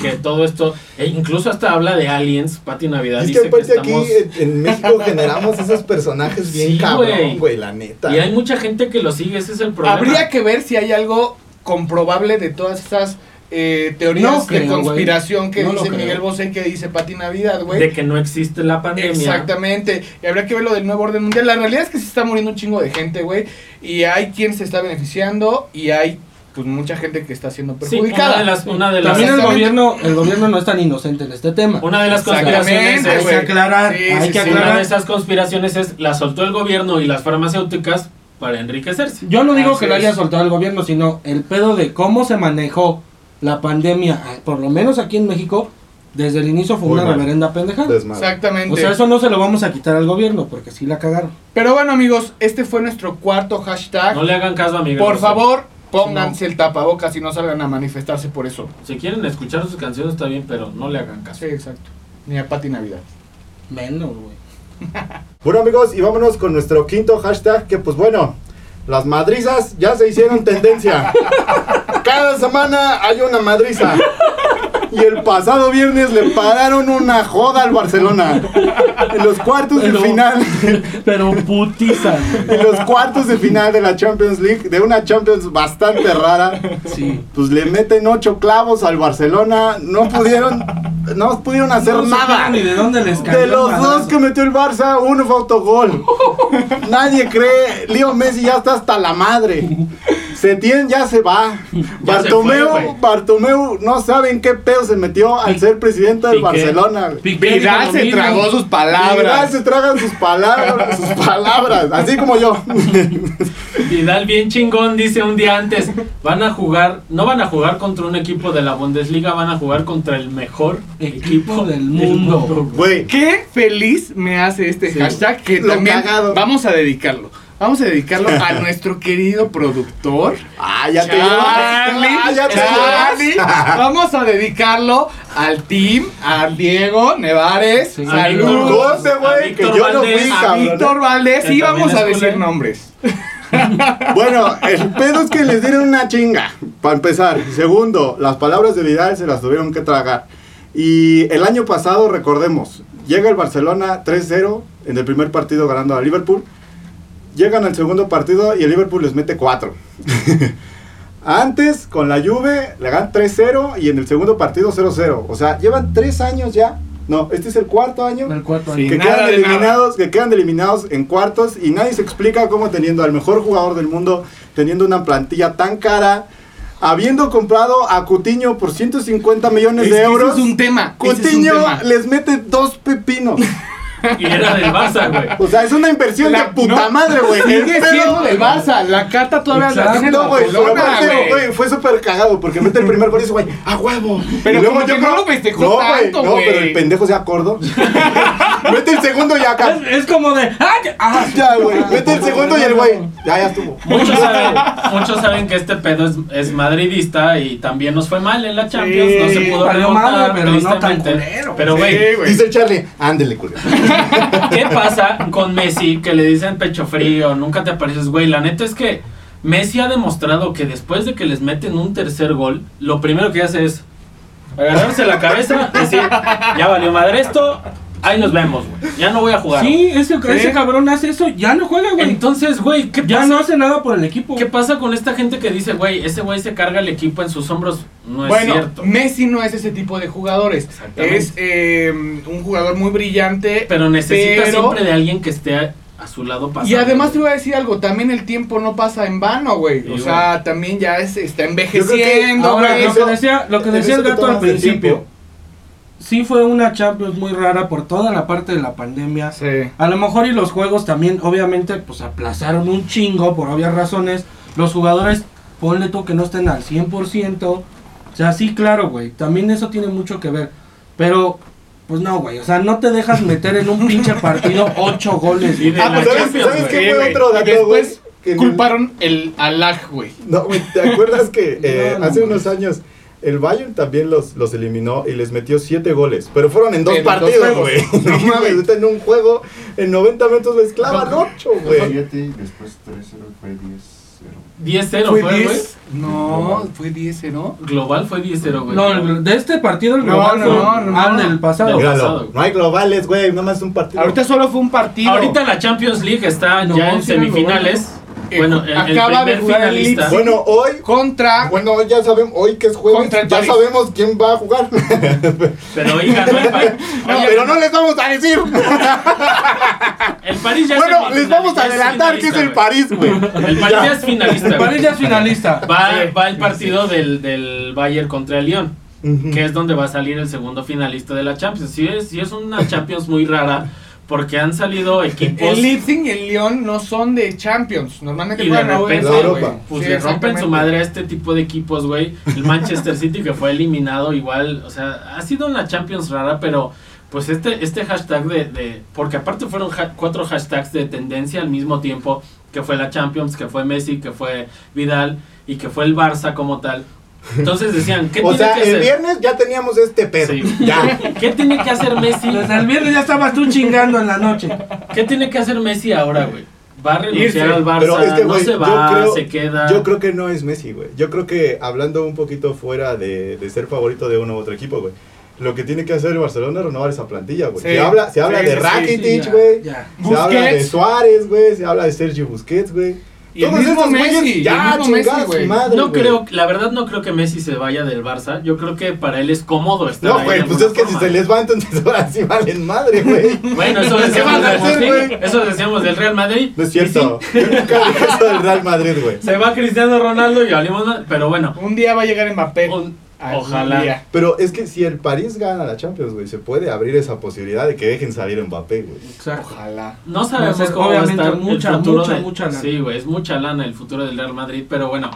S3: que todo esto. e incluso hasta habla de aliens. Pati Navidad
S2: Es que
S3: dice que,
S2: aparte aquí
S3: estamos.
S2: en, en México generamos esos personajes bien
S3: Sí, güey.
S2: cabrón, güey, la neta.
S3: Y hay mucha gente que lo sigue, ese es el problema.
S4: Habría que ver si hay algo comprobable de todas estas eh, teorías
S1: No
S4: de
S1: creo, güey.
S4: conspiración que
S1: No lo
S4: dice
S1: creo.
S4: Miguel Bosé, que dice Pati Navidad,
S3: de
S4: güey.
S3: que no existe la pandemia.
S4: Exactamente. Y habría que ver lo del nuevo orden mundial. La realidad es que se está muriendo un chingo de gente, güey. Y hay quien se está beneficiando y hay, pues, mucha gente que está siendo
S3: Sí, una de
S4: perjudicada.
S3: las, una de las,
S1: También el
S4: Exactamente.
S1: gobierno, el gobierno no es tan inocente en este tema.
S3: una de las conspiraciones
S4: Exactamente,
S3: es
S1: Hay que
S4: güey.
S1: aclarar,
S4: Sí,
S1: hay
S4: sí,
S1: que
S4: sí.
S3: Sí, Una de
S1: aclarar.
S3: esas conspiraciones es la soltó el gobierno y las farmacéuticas para enriquecerse.
S1: Yo no digo
S4: Así
S1: que lo haya
S4: es.
S1: soltado el gobierno, sino el pedo de cómo se manejó la pandemia, ah, por lo menos aquí en México, desde el inicio fue
S2: Muy
S1: una
S2: mal.
S1: reverenda pendejada.
S2: Desmadre.
S4: Exactamente.
S1: O sea, eso no se lo vamos a quitar al gobierno, porque sí la cagaron.
S4: Pero bueno, amigos, este fue nuestro cuarto hashtag.
S3: No le hagan caso a Miguel.
S4: por
S3: Bosé.
S4: favor, pónganse el tapabocas y no salgan a manifestarse por eso.
S3: Si quieren escuchar sus canciones está bien, pero no le hagan caso.
S4: Sí, exacto. Ni a Pati Navidad.
S1: Menos, güey.
S2: Bueno amigos, y vámonos con nuestro quinto hashtag, que pues bueno, las madrizas ya se hicieron tendencia. Cada semana hay una madriza. Y el pasado viernes le pararon una joda al Barcelona. En los cuartos de
S1: Pero-
S2: final.
S1: Pero putiza, güey.
S2: En los cuartos de final de la Champions League, de una Champions bastante rara.
S1: Sí.
S2: Pues le meten ocho clavos al Barcelona. No pudieron. No pudieron hacer
S1: No
S2: nada.
S1: supieron ni de dónde les cayó
S2: De
S1: el
S2: los
S1: madrazo.
S2: dos que metió el Barça, uno fue autogol. Nadie cree. Leo Messi ya está hasta la madre. Setién ya se va.
S3: Ya se
S2: Bartomeu,
S3: fue, güey.
S2: Bartomeu no saben qué pedo se metió al ser presidente del
S3: Piqué.
S2: Barcelona. güey.
S1: Piqué dijo
S4: Vidal
S1: lo
S4: se
S1: mismo.
S4: tragó sus
S2: Vidal
S4: palabras.
S2: se tragan sus palabras, sus palabras, así como yo.
S3: Vidal bien chingón dice un día antes, van a jugar, no van a jugar contra un equipo de la Bundesliga, van a jugar contra el mejor
S1: Equipo
S3: equipo
S1: del mundo.
S2: Güey,
S4: Qué feliz me hace este
S3: Sí.
S4: hashtag que
S2: Lo
S4: también
S2: cagado.
S4: vamos a dedicarlo. Vamos a dedicarlo a nuestro querido productor. Este,
S2: ah, ya te llevas.
S4: Charlie,
S2: Ah, ya te
S4: Charlie.
S2: llevas.
S4: Vamos a dedicarlo al team, a Diego Nevares,
S1: Sí.
S4: a
S3: A Víctor
S4: Luz,
S3: Gómez,
S2: Gote, güey, que
S3: Víctor
S2: yo no fui,
S3: Valdés, a
S4: a
S2: cabrón. ¿eh?
S4: Víctor Valdés
S3: Que
S4: y vamos
S3: también
S4: a
S3: es
S4: decir
S3: culero.
S4: nombres.
S2: Bueno, el pedo es que les dieron una chinga, para empezar. Segundo, las palabras de Vidal se las tuvieron que tragar. Y el año pasado, recordemos, llega el Barcelona 3-0 en el primer partido ganando a Liverpool. Llegan al segundo partido y el Liverpool les mete 4. Antes, con la Juve, le ganan 3-0 y en el segundo partido 0-0. O sea, llevan 3 años ya. No, este es el cuarto año
S1: El cuarto
S4: Sí.
S1: año.
S2: que
S4: nada
S2: quedan
S4: de nada.
S2: eliminados, que quedan eliminados en cuartos y nadie se explica cómo teniendo al mejor jugador del mundo, teniendo una plantilla tan cara, habiendo comprado a Cutiño por 150 millones
S4: Es que
S2: de
S4: ese
S2: euros,
S4: es un tema. ese es un
S2: Coutinho
S4: tema.
S2: les mete dos pepinos.
S3: Y era del Barça, güey.
S2: O sea, es una inversión de
S4: La-
S2: puta
S4: no,
S2: madre, güey. El
S4: Sigue
S2: pedo-
S4: siendo del Barça. La carta todavía la
S1: Exacto,
S4: tiene el
S2: No, güey, pero
S4: Barcelona,
S2: aparte,
S4: güey.
S2: güey, fue súper cagado porque mete el primer gol y dice, güey, a huevo.
S4: Pero
S2: y
S4: como que no lo festejó
S2: No, güey,
S4: tanto,
S2: no, pero
S4: güey.
S2: el pendejo se acordó. mete el segundo y acá.
S1: Es, es como de. ¡Ah! ya- ah,
S2: Ya, güey. Mete el segundo y el güey. Ya, ya estuvo.
S3: Muchos saben, muchos saben que este pedo es, es madridista y también nos fue mal en la Champions, no se
S1: Sí,
S3: pudo
S1: valió madre,
S3: remontar,
S1: pero no tan
S3: tristemente.
S1: culero.
S3: Pero, güey,
S4: Sí, güey.
S2: Dice el Charlie, ándele, culero.
S3: ¿Qué pasa con Messi que le dicen pecho frío? Nunca te apareces, güey. La neta es que Messi ha demostrado que después de que les meten un tercer gol, lo primero que hace es agarrarse la cabeza, decir, ya valió madre esto, Ahí nos vemos, güey. Ya no voy a jugar. güey.
S1: Sí, ese, ese cabrón hace eso, ya no juega, güey.
S3: Entonces, güey, ¿qué
S1: ya
S3: pasa?
S1: no hace nada por el equipo.
S3: ¿Qué pasa con esta gente que dice, güey, ese güey se carga el equipo en sus hombros? No es
S4: bueno,
S3: cierto.
S4: Messi no es ese tipo de jugadores.
S3: Exactamente.
S4: Es eh, un jugador muy brillante.
S3: Pero necesita
S4: pero-
S3: siempre de alguien que esté a, a su lado pasando.
S4: Y además te voy a decir algo, también el tiempo no pasa en vano, güey.
S3: Sí,
S4: o
S3: güey.
S4: sea, también ya es, está
S2: Yo creo que
S4: envejeciendo,
S1: Ahora,
S4: güey.
S1: lo que decía, lo que
S2: En
S1: decía
S2: eso
S1: el
S2: que
S1: gato al
S2: tomas de
S1: principio,
S2: tiempo.
S1: sí fue una Champions muy rara por toda la parte de la pandemia.
S4: Sí.
S1: A lo mejor y los juegos también, obviamente, pues aplazaron un chingo por obvias razones. Los jugadores, ponle tú que no estén al 100%. O sea, sí, claro, güey. También eso tiene mucho que ver. Pero, pues no, güey. O sea, no te dejas meter en un pinche partido ocho goles.
S3: Y de
S1: güey.
S3: la
S2: Ah, pues, ¿sabes,
S3: Champions,
S2: ¿sabes
S3: güey.
S2: qué
S4: güey.
S2: fue otro
S4: Y
S2: dato, güey?
S4: después
S2: Que en el-
S4: Culparon el alag, güey.
S2: No, güey, ¿te acuerdas que eh,
S1: No, no
S2: hace
S1: mames.
S2: unos años el Bayern también los, los eliminó y les metió siete goles? Pero fueron en dos
S4: En dos
S2: partidos,
S4: juegos.
S2: güey.
S4: No
S2: No
S4: mames.
S2: mames, ahorita en un juego, en 90 minutos les clavan ocho, güey.
S5: 7 y después 3-0 fue 10-0.
S3: 10-0
S4: ¿Fue
S3: fue, güey.
S4: 10? No, fue 10, ¿no?
S3: Global fue 10-0, güey.
S1: No, el- de este partido el
S4: No,
S1: global
S4: no,
S1: fue-
S4: no, no.
S1: ah, del pasado.
S3: Del-
S2: Míralo,
S3: pasado.
S2: no hay globales, güey, nada más es un partido.
S4: Ahorita solo fue un partido.
S3: Ahorita la Champions League está
S1: No,
S3: ya en
S1: sí era global.
S3: semifinales.
S4: Eh,
S3: bueno, el, el
S4: acaba de
S3: primer
S4: jugar el
S3: finalista.
S4: Leipzig.
S2: bueno, hoy,
S4: Contra.
S2: Ah, bueno, hoy ya sabemos, hoy que es jueves,
S4: Contra el
S2: ya
S4: París.
S2: sabemos quién va a jugar.
S3: Pero hoy ganó el París.
S2: No, pero no les vamos a decir.
S3: El París ya es
S2: Bueno, les
S3: semifinalista,
S2: vamos a
S3: ya es
S2: adelantar que es el
S3: finalista,
S2: París, güey.
S3: güey. El París ya es finalista. güey.
S1: París ya es finalista.
S3: Va, va el partido del, del Bayern contra el Lyon,
S2: Ujú.
S3: que es donde va a salir el segundo finalista de la Champions. Sí es, sí es una Champions muy rara, porque han salido equipos
S4: El Leipzig y el Lyon no son de Champions. Normalmente
S3: Pues, Y de
S4: juegan
S3: repente,
S4: UEFA,
S2: güey,
S4: güey.
S3: pues
S4: Sí,
S3: le rompen
S4: exactamente.
S3: su madre a este tipo de equipos, güey. El Manchester City que fue eliminado igual, o sea, ha sido una Champions rara, pero pues este, este hashtag de, de- porque aparte fueron ha- cuatro hashtags de tendencia al mismo tiempo, que fue la Champions, que fue Messi, que fue Vidal y que fue el Barça como tal. Entonces decían, ¿qué
S2: O
S3: tiene
S2: sea,
S3: que
S2: el
S3: hacer?
S2: viernes ya teníamos este pedo.
S3: Sí.
S2: Ya.
S3: ¿Qué tiene que hacer Messi?
S1: Desde el viernes ya estabas tú chingando en la noche.
S3: ¿Qué tiene que hacer Messi ahora, güey? Va a renunciar
S4: Irse.
S3: al Barça,
S2: Pero es que,
S3: no
S2: güey,
S3: se
S2: yo
S3: va,
S2: creo-
S3: se queda.
S2: Yo creo que no es Messi, güey. Yo creo que hablando un poquito fuera de, de ser favorito de uno u otro equipo, güey. Lo que tiene que hacer el Barcelona es renovar esa plantilla, güey.
S4: Sí.
S2: Se habla, se habla
S4: Sí,
S2: de
S4: sí, sí,
S1: ya,
S2: Rakitic, güey.
S1: ya.
S2: Se habla de
S4: Busquets.
S2: Suárez, güey. Se habla de Sergio Busquets, güey.
S4: Y el
S2: Todos
S4: mismo
S2: esos güeyes
S4: Messi.
S2: Ya,
S4: el mismo Messi,
S2: chingaron su
S4: güey.
S2: madre,
S3: No
S2: güey.
S3: creo, la verdad no creo que Messi se vaya del Barça. Yo creo que para él es cómodo estar
S2: No,
S3: ahí
S2: güey,
S3: de
S2: pues es
S3: alguna
S2: que si
S3: forma.
S2: se les va, entonces ahora sí valen madre, güey.
S3: Bueno, eso
S2: ¿Qué
S3: decíamos,
S2: van a
S3: del
S2: hacer,
S3: Madrid,
S2: güey?
S3: eso decíamos del Real Madrid.
S2: No es cierto. Yo nunca dije eso del Real Madrid, güey.
S3: Se va Cristiano Ronaldo y hablemos mal, pero bueno.
S4: Un día va a llegar
S2: Eh,
S4: Mbappé.
S3: un-
S4: Algún
S3: ojalá.
S4: día.
S2: Pero es que si el París gana la Champions, güey, se puede abrir esa posibilidad de que dejen salir a Mbappé, güey.
S1: Exacto.
S4: Ojalá.
S3: No
S1: Va a
S3: sabemos
S1: ser,
S3: cómo va a
S1: obviamente,
S3: estar
S1: mucha,
S3: el futuro
S1: mucha,
S3: de-
S1: mucha lana.
S3: Sí, güey, es mucha lana el futuro del Real Madrid, pero bueno.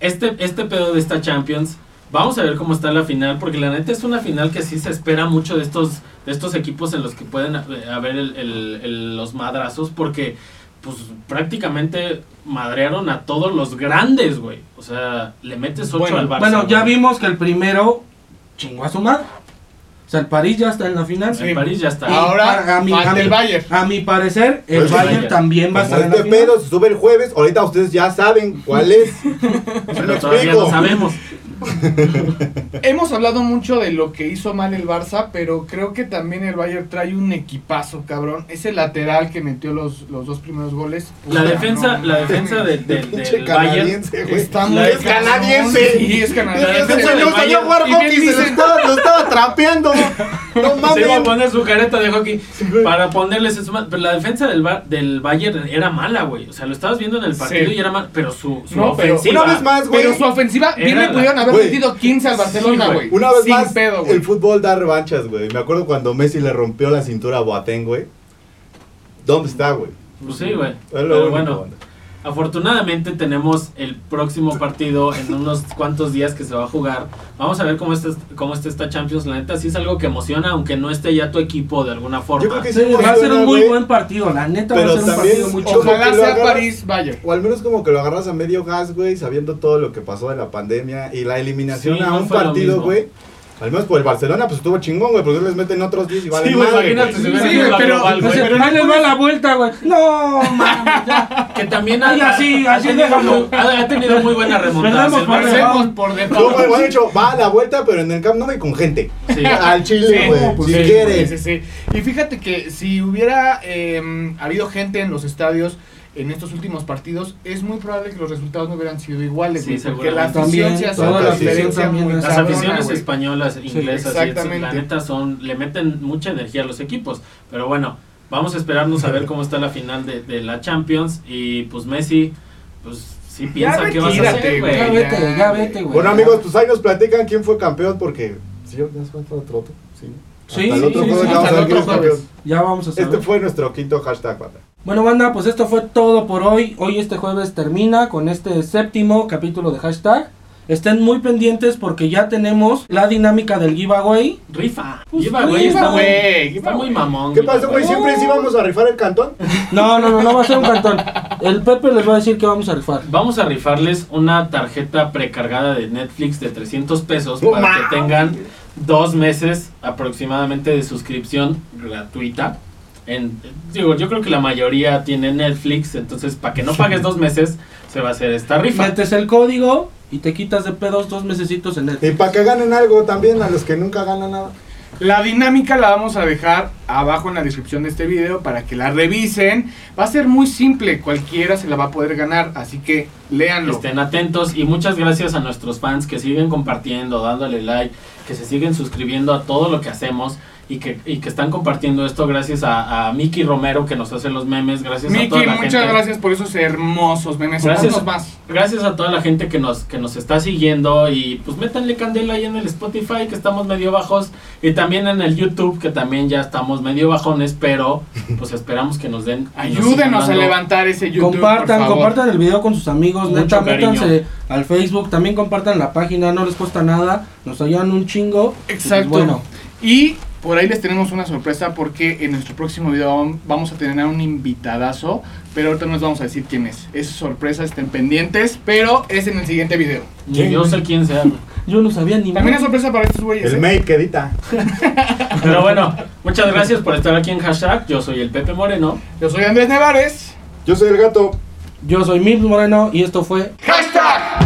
S3: Este este pedo de esta Champions, vamos a ver cómo está la final porque la neta es una final que sí se espera mucho de estos de estos equipos en los que pueden eh, haber el- el- el- los madrazos porque pues prácticamente madrearon a todos los grandes, güey. O sea, le metes 8
S4: Bueno,
S3: al Barça.
S1: Bueno, ya
S3: güey.
S1: vimos que el primero chingó a su madre. O sea, el París ya está en la final.
S3: El París ya está.
S1: Y para-
S4: Ahora,
S1: a mi-
S4: ante
S1: a mi-
S4: el Bayern.
S1: A mi parecer, el
S2: Pues,
S1: Bayern
S3: vaya.
S1: también va a
S2: Como
S1: estar en la
S2: este
S1: final.
S2: pedo se sube el jueves, ahorita ustedes ya saben cuál es.
S3: Pero todavía
S2: explico.
S3: no sabemos.
S4: Hemos hablado mucho de lo que hizo mal el Barça, pero creo que también el Bayern trae un equipazo, cabrón. Ese lateral que metió los, los dos primeros goles.
S3: La
S4: puta,
S3: defensa,
S4: no,
S3: la
S4: mames.
S3: defensa de- de-
S2: Pinche
S3: del Bayern
S2: canadiense, güey.
S4: Está muy
S3: La
S2: Es
S4: cabrón.
S2: canadiense.
S4: Sí, es
S3: defensa
S2: Ese
S4: canadiense.
S2: güey
S3: del
S2: no sabía
S3: Bayern.
S2: jugar
S4: Y bien
S2: hockey, se lo
S4: dicen-
S2: estaba, lo estaba trapeando. No
S3: Se iba Pues a
S2: mames.
S3: poner su careta de hockey
S2: güey.
S3: para ponerles eso más. Pero la defensa del, Ba- del Bayern era mala, güey. O sea, lo estabas viendo en el partido
S4: Sí.
S3: y era mala. Pero su, su
S4: No, pero
S3: ofensiva.
S2: Una vez más, güey.
S4: Pero su ofensiva, bien
S3: Era
S4: le
S3: la-
S4: pudieron haber
S2: Güey.
S4: metido 15 al Barcelona,
S3: Sí, güey.
S4: güey.
S2: Una vez
S4: Sin
S2: más,
S4: pedo, güey.
S2: el fútbol da revanchas, güey. Me acuerdo cuando Messi le rompió la cintura a Boateng, güey. ¿Dónde está, güey?
S3: Pues sí, güey.
S2: Es
S3: Pero
S2: lo
S3: bueno,
S2: único.
S3: afortunadamente tenemos el próximo partido en unos cuantos días que se va a jugar. Vamos a ver cómo está, cómo está esta Champions. La neta sí es algo que emociona, aunque no esté ya tu equipo de alguna forma.
S2: Yo creo que
S1: Sí,
S2: sí,
S1: va a ser un muy
S2: güey.
S1: buen partido, la neta
S2: Pero
S1: va a ser un
S2: también-
S1: partido muy chido.
S2: Ojo.
S4: Ojalá
S2: Como que lo
S4: sea
S2: agarra-
S4: París-Bayern.
S2: O al menos como que lo agarras a medio gas, güey, sabiendo todo lo que pasó de la pandemia y la eliminación
S3: Sí,
S2: a
S3: no
S2: un
S3: fue lo
S2: partido,
S3: mismo.
S2: güey. Al menos por el Barcelona, pues estuvo chingón, güey, porque les meten otros 10 y vale
S3: güey,
S2: madre, güey.
S3: imagínate, se
S1: Sí,
S3: hubiera
S1: güey,
S3: ido la
S4: pero-
S3: global,
S1: Pues
S3: güey.
S1: el ahí les va la vuelta, güey. No, mames, ya.
S3: Que también
S1: Ay, así,
S3: ha
S1: así
S3: tenido-
S1: déjalo.
S3: Ha, ha tenido muy buena remontada. ¿eh?
S1: Perdemos,
S3: Silva.
S1: perdemos.
S4: Hacemos por
S2: No, güey,
S4: default.
S2: hubieran dicho, va a la vuelta, pero en el Camp no y con gente.
S3: Sí.
S2: Al Chile,
S4: Sí,
S2: güey,
S4: pues
S2: si
S4: sí,
S2: quieren.
S4: sí, sí, sí. Y fíjate que si hubiera eh, habido gente en los estadios en estos últimos partidos, es muy probable que los resultados no hubieran sido iguales,
S3: Sí,
S4: güey, porque
S3: seguramente.
S4: la afición
S1: También,
S4: se hace
S2: toda
S4: una
S2: la afición
S4: diferencia
S1: también
S4: muy
S1: es-
S3: Las
S1: Cabrona,
S3: aficiones
S4: güey.
S3: españolas, inglesas, y etcétera, la
S4: exactamente.
S3: neta son, le meten mucha energía a los equipos. Pero bueno, vamos a esperarnos a ver cómo está la final de, de la Champions. Y pues Messi, pues sí piensa que vas a hacer,
S4: retírate,
S3: güey.
S1: Ya vete, ya vete, güey.
S2: Bueno, amigos, pues ahí nos platican quién fue campeón, porque. Sí, ya se falta otro, otro. Sí.
S1: Sí,
S2: Hasta el
S1: sí,
S2: otro
S1: sí,
S2: jueves
S1: sí,
S2: ya vamos
S1: hasta
S2: a ver
S1: el otro
S2: quién es campeón.
S1: Ya vamos a saber.
S2: Este fue nuestro quinto hashtag, banda.
S1: Bueno, banda, pues esto fue todo por hoy. Hoy este jueves termina con este séptimo capítulo de hashtag. Estén muy pendientes porque ya tenemos la dinámica del giveaway.
S3: Rifa.
S1: Pues,
S3: Lleva, güey, está
S1: rifa,
S3: muy-
S4: güey,
S3: Está muy
S4: güey.
S3: mamón.
S2: ¿Qué pasó, güey? ¿Siempre sí íbamos a rifar el cantón?
S1: No, no, no, no va a ser un cantón. El Pepe les va a decir que vamos a rifar.
S3: Vamos a rifarles una tarjeta precargada de Netflix de 300 pesos
S2: No
S3: para
S2: mames.
S3: que tengan dos meses aproximadamente de suscripción gratuita. En, digo, yo creo que la mayoría tiene Netflix, entonces para que no pagues dos meses se va a hacer esta rifa.
S1: Metes el código y te quitas de pedos dos mesecitos en
S2: Y
S4: Eh,
S1: el.
S2: para que ganen algo también a los que nunca ganan nada.
S4: La dinámica la vamos a dejar abajo en la descripción de este video para que la revisen. Va a ser muy simple, cualquiera se la va a poder ganar, así que léanlo.
S3: Estén atentos y muchas gracias a nuestros fans que siguen compartiendo, dándole like, que se siguen suscribiendo a todo lo que hacemos y que, y que están compartiendo esto gracias a, a Miki Romero que nos hace los memes, gracias a toda
S4: Miki,
S3: la
S4: muchas
S3: gente.
S4: gracias por esos hermosos memes.
S3: Gracias.
S4: Haznos más.
S3: Gracias a toda la gente que nos, que nos está siguiendo y pues métanle candela ahí en el Spotify que estamos medio bajos y también en el YouTube que también ya estamos medio bajones, pero pues esperamos que nos den que nos sigan
S4: Ayúdenos a
S3: dando-
S4: levantar ese YouTube.
S1: compartan,
S4: por favor.
S1: compartan el video con sus amigos,
S3: Mucho
S1: neta,
S3: cariño.
S1: métanse al Facebook, también compartan la página, no les cuesta nada, nos ayudan un chingo. y pues
S4: Exacto.
S1: Bueno,
S4: Y por ahí les tenemos una sorpresa porque en nuestro próximo video vam- vamos a tener a un invitadazo, pero ahorita no les vamos a decir quién es. Es sorpresa, estén pendientes, pero es en el siguiente video.
S3: Ni yo sé quién sea.
S1: yo no sabía ni
S4: También
S1: madre.
S4: es sorpresa para estos güeyes.
S2: El
S4: ¿eh?
S2: make edita.
S3: Pero bueno, muchas gracias por estar aquí en hashtag. Yo soy el Pepe Moreno.
S4: Yo soy Andrés Nevares.
S2: Yo soy el gato.
S1: Yo soy Mips Moreno y esto fue
S4: ¡Hashtag!